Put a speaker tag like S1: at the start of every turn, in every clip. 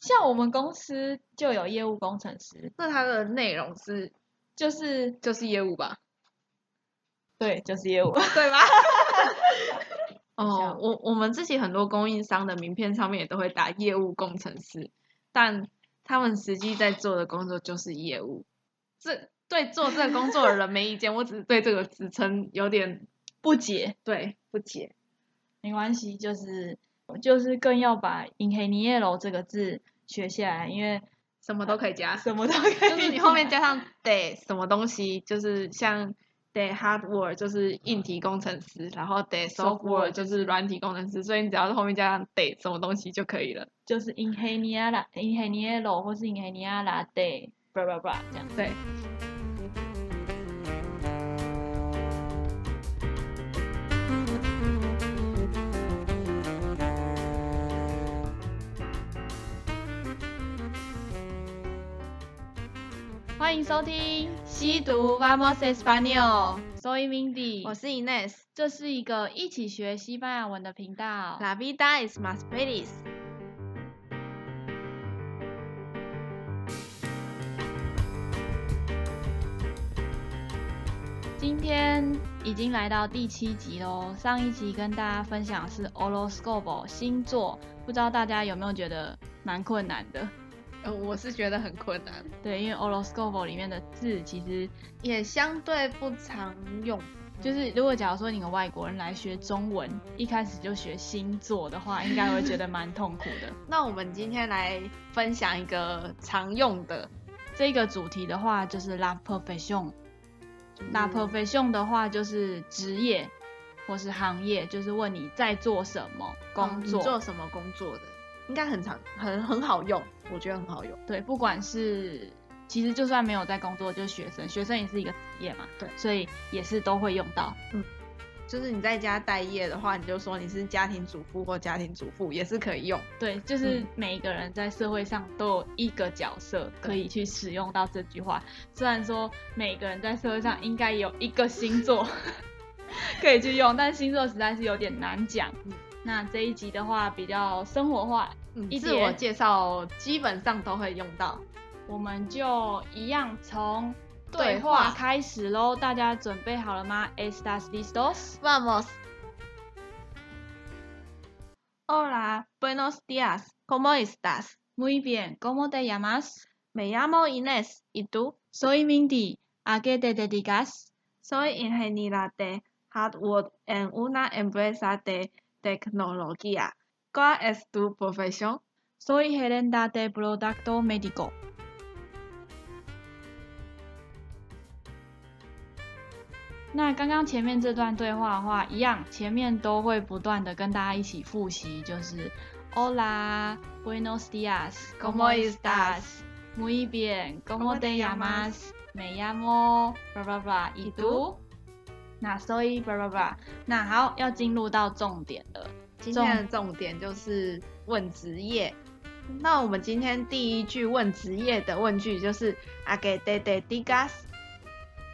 S1: 像我们公司就有业务工程师，
S2: 那它的内容是
S1: 就是
S2: 就是业务吧？
S1: 对，就是业务。
S2: 对吧？哦，我我们自己很多供应商的名片上面也都会打业务工程师，但他们实际在做的工作就是业务。这对做这个工作的人没意见，我只是对这个职称有点
S1: 不解
S2: 对不解。
S1: 没关系，就是就是更要把 “ingeniero” 这个字学下来，因为
S2: 什么都可以加，
S1: 什么都可 以。
S2: 就是你后面加上 d 什么东西，就是像 d hardware 就是硬体工程师，然后 d software 就是软体工程师，所以你只要是后面加上 d 什么东西就可以了。
S1: 就是 “ingeniera”、“ingeniero” 或是 “ingeniera de”，叭叭叭这样。
S2: 对，
S1: 欢迎收听
S2: 吸毒 vamos español，
S1: Soy Mindy，
S2: 我是 Ines。
S1: 这是一个一起学西班牙文的频道。
S2: La vida is más feliz。
S1: 今天已经来到第七集喽。上一集跟大家分享的是 horoscope 星座，不知道大家有没有觉得蛮困难的？
S2: 呃，我是觉得很困难，
S1: 对，因为 horoscope 里面的字其实
S2: 也相对不常用。
S1: 就是，如果假如说你个外国人来学中文，一开始就学星座的话，应该会觉得蛮痛苦的。
S2: 那我们今天来分享一个常用的
S1: 这个主题的话就是 la profession。那
S2: 嗯
S1: profession 的话就是职业或是行业，就是问你在做什么工
S2: 嗯你
S1: 作。
S2: 做什么工作的，应该很常很很好用，我觉得很好用。
S1: 对，不管是其实就算没有在工作，就是学生，学生也是一个职业嘛，
S2: 对
S1: 所以也是都会用到。
S2: 就是你在家待业的话，你就说你是家庭主妇或家庭主妇也是可以用。
S1: 对，就是
S2: 嗯
S1: 每一个人在社会上都有一个角色可以去使用到这句话。虽然说每个人在社会上应该有一个星座 可以去用，但星座实在是有点难讲。
S2: 嗯
S1: 那这一集的话比较生活化，
S2: 嗯
S1: 一，
S2: 自
S1: 点
S2: 我介绍基本上都会用到。
S1: 我们就一样从对
S2: 对
S1: 话
S2: 话
S1: 开始喽。大家准备好了吗？Estas listos？
S2: Vamos. Hola, buenos días. ¿Cómo estás?
S1: Muy bien. ¿Cómo te llamas?
S2: Me llamo Inés. ¿Y tú?
S1: Soy Mindy. ¿A qué te dedicas?
S2: Soy ingeniera de hardware en una empresa de tecnología. ¿Cuál es tu profesión?
S1: Soy gerente de producto médico. 那刚刚前面这段对话的话，一样前面都会不断的跟大家一起复习，就是 Hola, buenos días,
S2: ¿Cómo estás?
S1: muy bien, ¿cómo
S2: ¿Cómo
S1: te
S2: te
S1: llamas? Me llamo blah blah blah, ¿y
S2: ¿Y
S1: tú? 那 soy blah blah blah。那好，要进入到重点了。
S2: 今天的重点就是问职业。那我们今天第一句问职业的问句就是 a que te dedicas？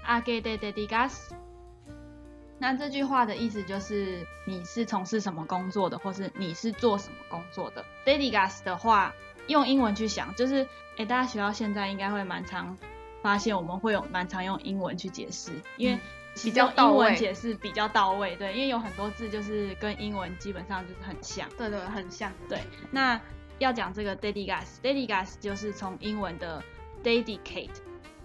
S1: 阿啊给得得迪嘎斯。那这句话的意思就是你是从事什么工作的，或是你是做什么工作的。d e d i g a s 的话，用英文去想，就是诶、大家学到现在应该会蛮常发现，我们会有蛮常用英文去解释，因为
S2: 嗯
S1: 其
S2: 比较
S1: 中
S2: 到
S1: 英
S2: 位
S1: 文解释比较到位，对，因为有很多字就是跟英文基本上就是很像。
S2: 对对，很像。
S1: 对，那要讲这个 dedigas，dedigas 就是从英文的 dedicate，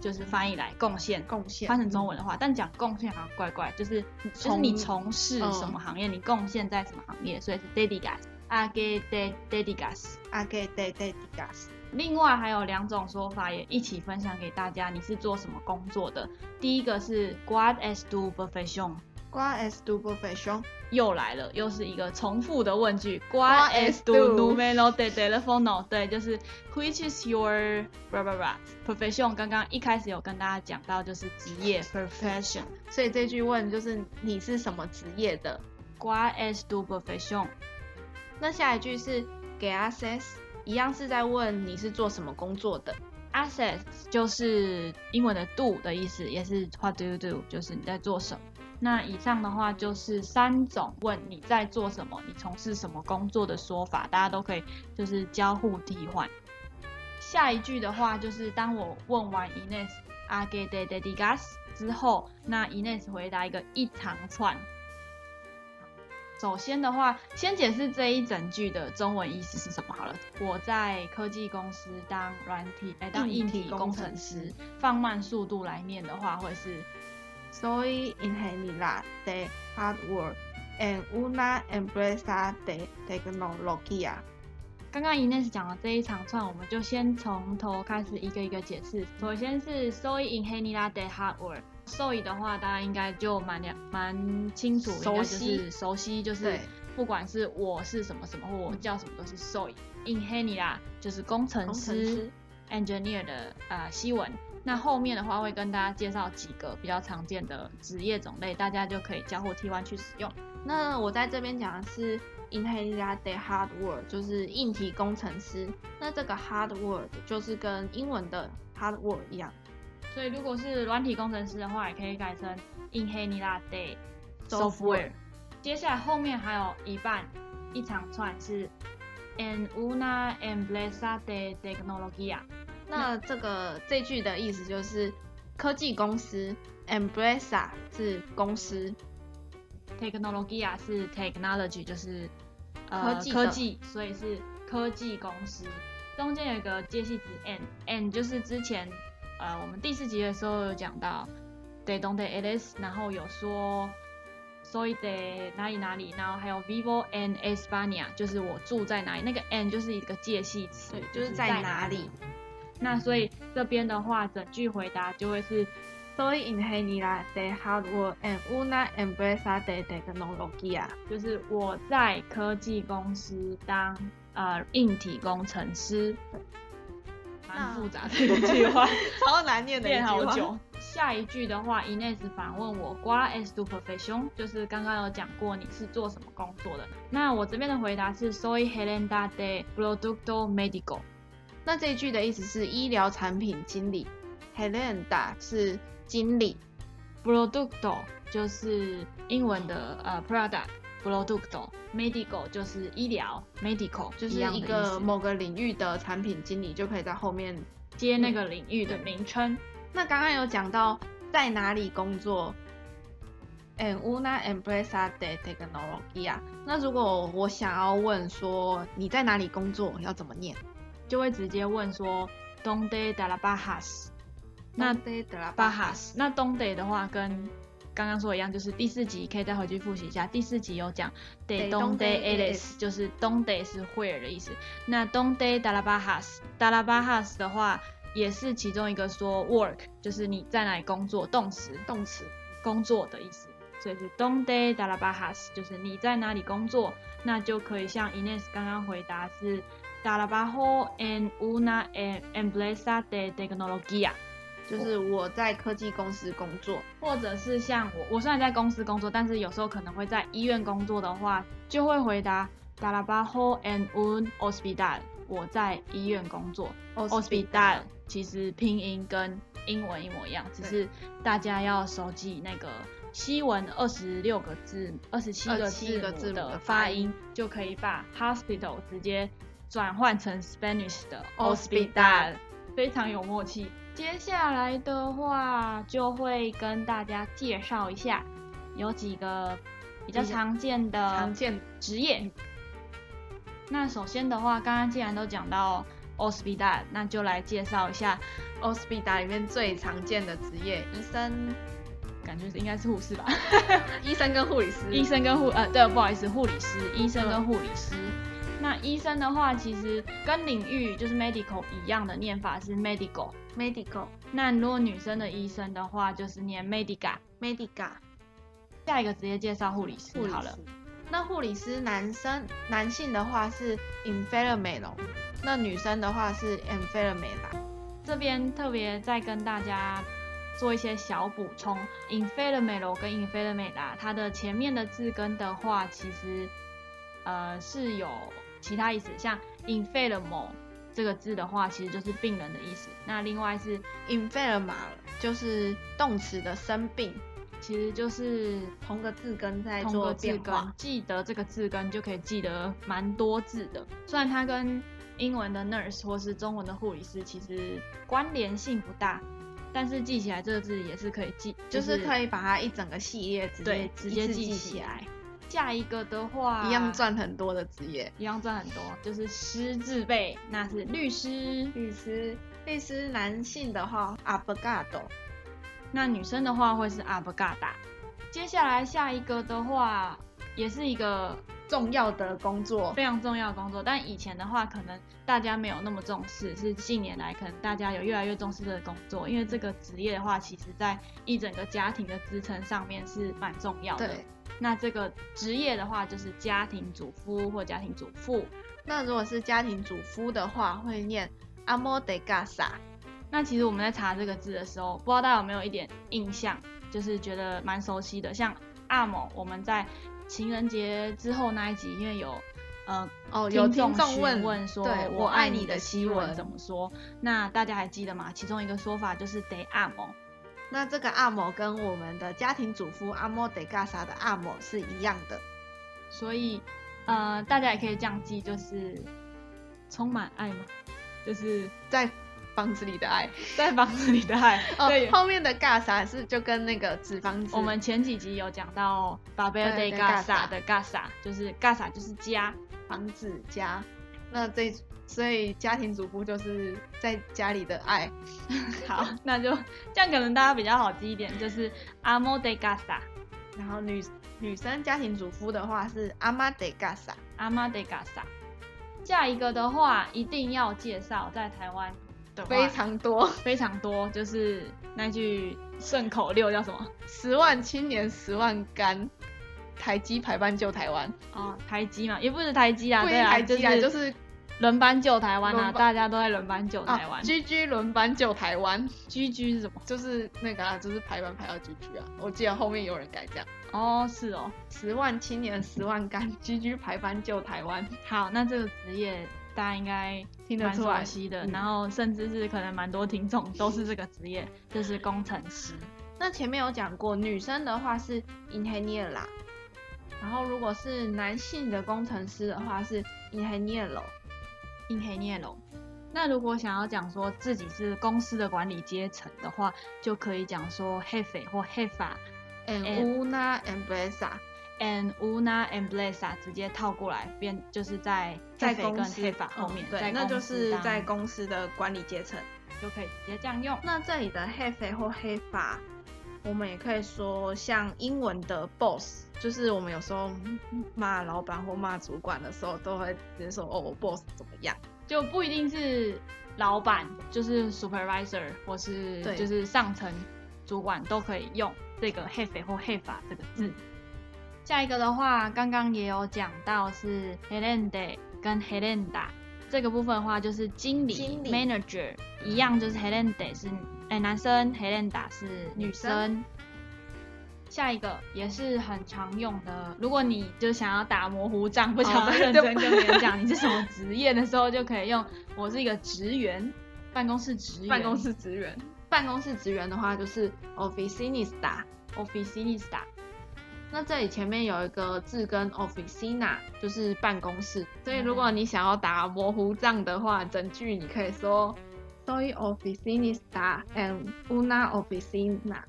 S1: 就是翻译来贡献，
S2: 贡献
S1: 翻成中文的话，但讲贡献好像怪怪，就是就是
S2: 从
S1: 你从事
S2: 嗯
S1: 什么行业，你贡献在什么行业，所以是 dedigas。a g e dedigas。
S2: a que te dedicas？
S1: 另外还有两种说法也一起分享给大家，你是做什么工作的？第一个是 quad es tu profesión，
S2: ¿Cuál es tu profesión？
S1: 又来了，又是一个重复的问句。What
S2: ¿Cuál
S1: is
S2: es
S1: tu
S2: tu
S1: número de teléfono？对，就是 Which is your blah blah blah profession？刚刚一开始有跟大家讲到，就是职业 profession。
S2: 所以这句问就是你是什么职业的？
S1: What is tu profession？
S2: 那下一句是 ¿Qué haces？一样是在问你是做什么工作的。
S1: Access 就是英文的 do 的意思，也是 What do you do？就是你在做什么。那以上的话就是三种问你在做什么，你从事什么工作的说法，大家都可以就是交互替换。下一句的话就是当我问完 Ines a g e de de d i g a s 之后，那 Ines 回答一个一长串。首先的话，先解释这一整句的中文意思是什么好了。我在科技公司当软体，哎、当硬
S2: 硬
S1: 体
S2: 体
S1: 工
S2: 工
S1: 程
S2: 程
S1: 师
S2: 师。
S1: 放慢速度来念的话，会是
S2: Soy ingeniera de hardware en una empresa de tecnología。
S1: 刚刚 Ines 讲的这一长串，我们就先从头开始一个一个解释。首先是 soy ingeniera de hardware。soy 的话，大家应该就蛮了蛮清楚，
S2: 熟悉
S1: 应该就是熟悉，就是
S2: 对
S1: 不管是我是什么什么，或我叫什么都是 soy ingeniera，就是工程
S2: 工
S1: 师
S2: 程师
S1: engineer 的呃西文。那后面的话会跟大家介绍几个比较常见的职业种类，大家就可以交互替换去使用。
S2: 那我在这边讲的是 Intellia de Hardware，就是硬体工程师。那这个 Hardware 就是跟英文的 Hardware 一样，
S1: 所以如果是软体工程师的话，也可以改成 Ingenia Day
S2: Software
S1: 接下来后面还有一半一长串是 En una empresa de tecnología。
S2: 那这个这句的意思就是科技公司，empresa 是公司，
S1: Technología 是 technology，就是呃
S2: 科技的
S1: 科技，所以是科技公司。中间有一个介系词 n，n 就是之前呃我们第四集的时候有讲到 de donde eres，然后有说 soy de 哪里哪里，然后还有 vivo en España，就是我住在哪里。那个 n 就是一个介系词
S2: 对，，就是在哪里。
S1: 那所以这边的话，整句回答就会是
S2: Soy ingeniera de hardware en una empresa de tecnología。
S1: 就是我在科技公司当呃硬体工程师，蛮
S2: 那
S1: 复杂的一句话，
S2: 超难念
S1: 练好久。下一句的话，Ines 反问我 “Cuál es tu profesión？” 就是刚刚有讲过你是做什么工作的。那我这边的回答是 “Soy gerente de producto médico”。
S2: 那这一句的意思是医疗产品经理，Helena 是经理，
S1: producto 就是英文的呃 product producto medical 就是医疗 medical
S2: 就是
S1: 样的
S2: 一
S1: 意
S2: 个
S1: 思嗯
S2: 某个领域的产品经理，就可以在后面。
S1: 接那个领域的名称。
S2: 那刚刚有讲到在哪里工作，en una empresa de tecnología。那如果我想要问说你在哪里工作，要怎么念？
S1: 就会直接问说 “Donde de la Bajas”。那
S2: de la
S1: Bajas，那 Donde 的话跟刚刚说的一样，就是第四集可以再回去复习一下。第四集有讲 “De
S2: De
S1: Donde
S2: donde
S1: eres”，
S2: eres
S1: 就是 “Donde” 是 “where” 的意思。那 “Donde de la Bajas”，“de la Bajas” 的话也是其中一个说 “work”，就是你在哪里工作，动词
S2: 动词。
S1: 工作的意思。所以是 donde d a l a b a j a s 就是你在哪里工作，那就可以像 Ines 刚刚回答是 trabajo en una em- empresa de tecnología，
S2: 就是我在科技公司工作，
S1: 或者是像我，我虽然在公司工作，但是有时候可能会在医院工作的话，就会回答 trabajo en un hospital，我在医院工作。hospital 哦
S2: 呃
S1: 其实拼音跟英文一模一样，只是大家要熟记那个西文二十六个字、二十七个字
S2: 27个字
S1: 母
S2: 母
S1: 的
S2: 的
S1: 发
S2: 发
S1: 音
S2: 音，
S1: 就可以把 hospital 直接转换成 Spanish 的
S2: hospital
S1: hospital，非常有默契。接下来的话就会跟大家介绍一下有几个比较
S2: 比较
S1: 常见的
S2: 常见
S1: 职业。那首先的话，刚刚既然都讲到 hospital，那就来介绍一下，
S2: hospital 里面最常见的职业，医生，
S1: 感觉应该是护士吧？
S2: 医生跟护理师，
S1: 医生跟护呃，对，不好意思，护理师，医生跟护理师。那医生的话，其实跟领域就是 medical 一样的念法是 medical。
S2: medical
S1: 那如果女生的医生的话，就是念 medica。
S2: medica
S1: 下一个直接介绍护理师
S2: 护理
S1: 好了
S2: 师。。那护理师男生男性的话是 enfermero，那女生的话是 enfermera。
S1: 这边特别再跟大家做一些小补充 i n f e r m e r o 跟 i n f e r m e r a 它的前面的字根的话，其实呃是有其他意思，像 infermo 这个字的话，其实就是病人的意思。那另外是
S2: enferma 就是动词的生病，
S1: 其实就是
S2: 同个字根在
S1: 通过
S2: 做
S1: 字
S2: 变
S1: 根
S2: 化。
S1: 记得这个字根就可以记得蛮多字的。虽然它跟英文的 nurse 或是中文的护理师其实关联性不大，但是记起来这个字也是可以记，
S2: 就是可
S1: 以
S2: 以把它一整个系列直接
S1: 对直接
S2: 一次
S1: 记
S2: 记
S1: 起啊
S2: 来，
S1: 下一个的话
S2: 一样赚很多的职业。
S1: 一样赚很多，就是师字辈，那是律师，
S2: 律师，律师男性的话 a b o g a d o
S1: 那女生的话会是阿布嘎达。接下来下一个的话，也是一个
S2: 重要的工作。
S1: 非常重要的工作，但以前的话可能大家没有那么重视，是近年来可能大家有越来越重视这个工作，因为这个职业的话，其实在一整个家庭的支撑上面是蛮重要的。
S2: 对，
S1: 那这个职业的话，就是家庭主夫或家庭主妇。
S2: 那如果是家庭主夫的话，会念 amor de casa。
S1: 那其实我们在查这个字的时候，不知道大家有没有一点印象，就是觉得蛮熟悉的。像阿某，我们在情人节之后那一集，因为有呃
S2: 哦，有
S1: 听
S2: 听众
S1: 询
S2: 问，
S1: 问说
S2: 对
S1: “
S2: 我
S1: 爱
S2: 爱你
S1: 的
S2: 的西
S1: 文
S2: 文
S1: 怎么说？”那大家还记得吗？其中一个说法就是得哦阿某，
S2: 那这个阿某跟我们的家庭主妇阿莫德嘎萨的阿某是一样的，
S1: 所以呃，大家也可以这样记，就是充满爱嘛，就是
S2: 在房子里的爱。
S1: 在房子里的爱。
S2: 哦
S1: 对，，
S2: 后面的嘎萨是就跟那个纸房子，
S1: 我们前几集有讲到 b a b e l de
S2: 对
S1: g
S2: 对
S1: a s a
S2: Gaza
S1: 的 g a s a 就是 g a s a 就是 家，
S2: 房子家。那这所以家庭主妇就是在家里的爱。
S1: 好，那就 这样可能大家比较好记一点，就是阿莫德嘎萨，
S2: 然后女女生家庭主妇的话是阿妈德嘎萨，
S1: 阿妈德嘎萨。下一个的话一定要介绍，在台湾的话
S2: 非常多，
S1: 非常多，就是那句顺口溜叫什么？
S2: 十万青年十万干，台积排班救台湾，
S1: 哦，台积嘛，也不是台积啊，
S2: 不一
S1: 对
S2: 定
S1: 啊，
S2: 台积啊，
S1: 就
S2: 就是
S1: 轮班救台湾啊，
S2: 轮班
S1: 大家都在轮班救台湾。
S2: 居居哦轮班救台湾，
S1: 居居是什么？
S2: 就是那个啊，就是排班排到居居啊。我记得后面有人改这样，
S1: 哦，是哦。
S2: 十万青年十万干， 居居排班救台湾，
S1: 好，那这个职业大家应该
S2: 听得
S1: 蛮
S2: 出
S1: 熟
S2: 来。
S1: 悉的，
S2: 嗯
S1: 然后甚至是可能蛮多听众都是这个职业，就是工程师。
S2: 那前面有讲过，女生的话是 engineer 啦，然后如果是男性的工程师的话是 engineer。
S1: 印黑聂龙。那如果想要讲说自己是公司的管理阶层的话，就可以讲说 hefe 或 hefa
S2: and una and blessa
S1: and una and blessa 直接套过来，变就是在
S2: 在
S1: hefe
S2: 公
S1: 跟
S2: 司
S1: hefa 后面，
S2: 嗯
S1: 在
S2: 对，那
S1: 公
S2: 就
S1: 司
S2: 是
S1: 当
S2: 在公司的管理阶层。
S1: 就可以直接这样用。
S2: 那这里的黑肥或黑发，我们也可以说像英文的 boss，就是我们有时候骂老板或骂主管的时候，都会直接说哦我，boss 怎么样？
S1: 就不一定是老板，就是 supervisor 或是
S2: 对
S1: 就是上层主管都可以用这个 hefe 或 hefa 这个字。下一个的话，刚刚也有讲到是 helende 跟 helenda 这个部分的话，就是经理
S2: 经理
S1: manager 一样，就是 helende 是哎、男生，helenda 是女
S2: 女生
S1: 生。下一个也是很常用的，如果你就想要打模糊仗，不想要
S2: 哦对
S1: 认真跟别人讲你是什么职业的时候，就可以用我是一个职员，办公室职员，
S2: 办公室职员，办公室职员的话就是 officinista。
S1: officinista。
S2: 那这里前面有一个字根 officina，就是办公室，所以如果你想要打模糊仗的话，整句你可以说 soy officinista and una oficina。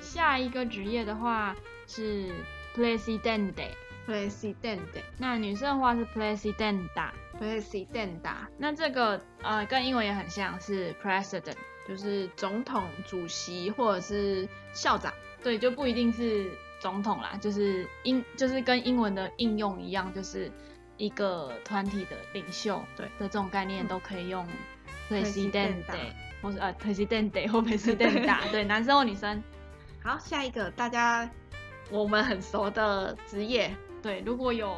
S1: 下一个职业的话是 presidente，
S2: presidente
S1: 那女生的话是 presidenta。
S2: presidenta
S1: 那这个呃跟英文也很像，是 president，
S2: 就是总统、主席或者是校长。
S1: 对，就不一定是总统啦，就是英就是跟英文的应用一样，就是一个团体的领袖
S2: 对嗯
S1: 的这种概念都可以用 president
S2: Presidente
S1: 或是呃 president 或 president 对，男生或女生。
S2: 好，下一个大家我们很熟的职业，
S1: 对，如果有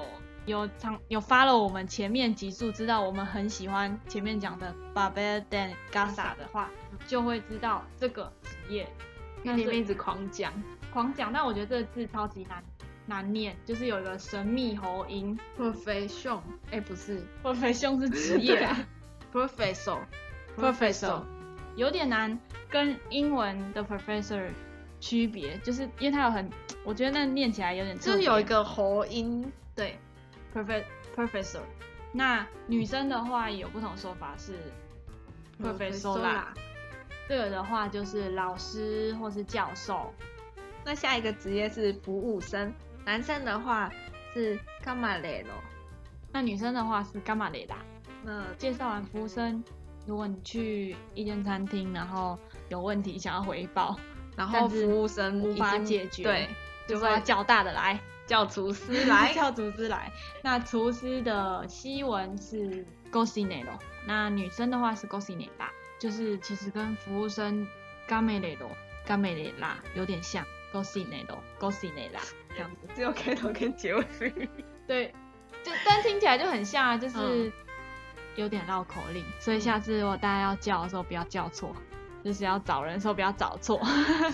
S1: 有常有发了我们前面集数，知道我们很喜欢前面讲的 b a b e d a n Gaza 的话，就会知道这个职业。
S2: 嗯因为里面一直狂讲，
S1: 狂讲，但我觉得这个字超级难难念，就是有一个神秘喉音。
S2: profession，哎、不是
S1: p r o f e s s i o n 是职业啊
S2: professor
S1: ，professor 有点难跟英文的 professor 区别，就是因为它有很，我觉得那念起来有点特
S2: 就
S1: 别
S2: 是有一个喉音，对
S1: profe- professor，那女生的话也有不同说法是会被收啦。这个的话就是老师或是教授，
S2: 那下一个职业是服务生，男生的话是干嘛来咯？
S1: 那女生的话是干嘛来的？
S2: 那
S1: 介绍完服务生，如果你去一间餐厅，然后有问题想要回报，
S2: 然后
S1: 但是
S2: 服务生
S1: 无
S2: 已
S1: 法
S2: 经
S1: 解决
S2: 对，
S1: 就
S2: 就是
S1: 要
S2: 会
S1: 叫大的来。
S2: 叫厨师 来。
S1: 叫厨师来。那厨师的西文是 g o s i n e r o 那女生的话是 g o s i n e r a 就是其实跟服务生 g a m e r e r o g a m e r e r a 有点像 g o s i n e r o g o s i n e r a 这样子。
S2: 只有开头跟结尾不一样。
S1: 对，就但听起来就很像啊，就是
S2: 嗯
S1: 有点绕口令，所以下次如果大家要叫的时候不要叫错，就是要找人的时候不要找错，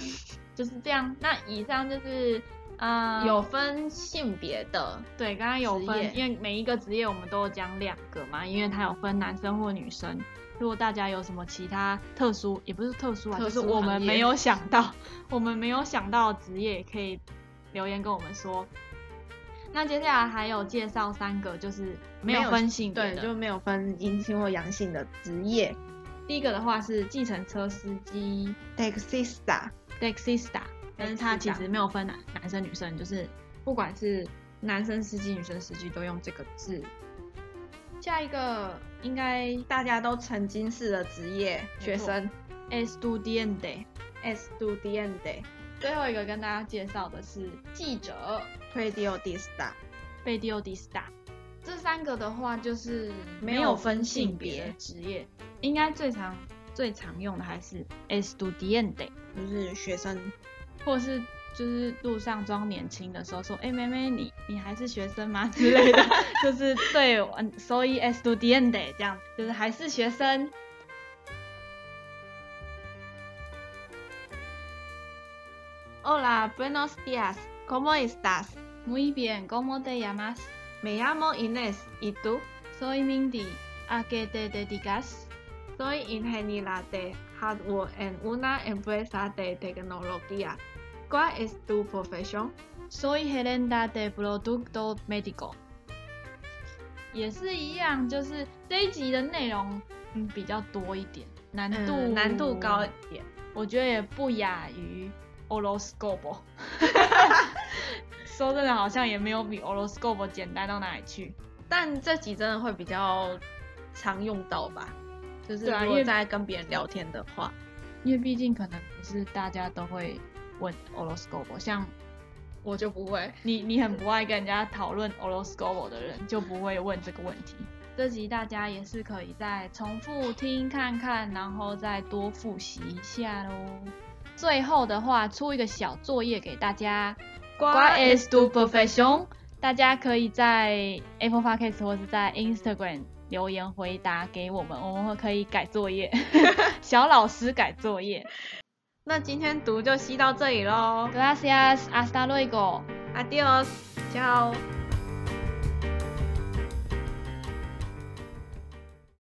S1: 就是这样。那以上就是。啊、
S2: 有分性别的，
S1: 对，刚刚有
S2: 职业
S1: 分，因为每一个职业我们都有讲两个嘛，因为它有分男生或女生。如果大家有什么其他特殊，也不是特殊啊，
S2: 特
S1: 就是
S2: 殊
S1: 我
S2: 行
S1: 们
S2: 业
S1: 没有想到， 我们没有想到的职业，也可以留言跟我们说。那接下来还有介绍三个，就是没
S2: 没
S1: 有
S2: 有
S1: 分性别
S2: 对，
S1: 的。
S2: 就没有分阴性或阳性的职业。
S1: 第一个的话是计程车司机
S2: Taxista，
S1: （taxista），但是它
S2: Taxista
S1: 其实没有分男男生女生，就是不管是男生司机、女生司机都用这个字。下一个应该
S2: 大家都曾经是的职业，
S1: 错
S2: 学生
S1: estudiante。
S2: estudiante
S1: 最后一个跟大家介绍的是记者
S2: periodista，
S1: （periodista）。这三个的话就是
S2: 没有分性
S1: 的
S2: 别
S1: 职业，应该最常最常用的还是 estudiante，
S2: 就是学生。
S1: 或是就是路上装年轻的时候说：“哎、妹妹，你你还是学生吗？” 之类的，就是对，嗯，soy estudiante 这样，就是还是学生。
S2: Hola, buenos días. ¿Cómo estás?
S1: Muy bien, ¿cómo te llamas?
S2: Me llamo Inés. ¿Y tú?
S1: Soy Mindy. ¿A qué te dedicas?
S2: Soy ingeniera de hardware en una empresa de tecnología. ¿Cuál es tu profesión?
S1: Soy gerente de producto médico。也是一样，就是这一集的内容嗯比较多一点，难度、
S2: 嗯难度高一点，
S1: 我觉得也不亚于 Oroscope。说真的，好像也没有比 Oroscope 简单到哪里去。
S2: 但这集真的会比较常用到吧？就是
S1: 对啊
S2: 如
S1: 因
S2: 果
S1: 为
S2: 在跟别人聊天的话，
S1: 因为毕竟可能不是大家都会问 Oroscope，像
S2: 我就不会。
S1: 你你很不爱跟人家讨论 Oroscovo 的人，就不会问这个问题。这集大家也是可以再重复听看看，然后再多复习一下喽。最后的话，出一个小作业给大家
S2: ¿Cuál
S1: s tu profession？大家可以在 Apple Podcast 或是在 Instagram 留言回答给我们，我们会可以改作业， 小老师改作业。
S2: 那今天读就吸到这里喽
S1: Gracias, hasta luego。
S2: ，Adios，ciao。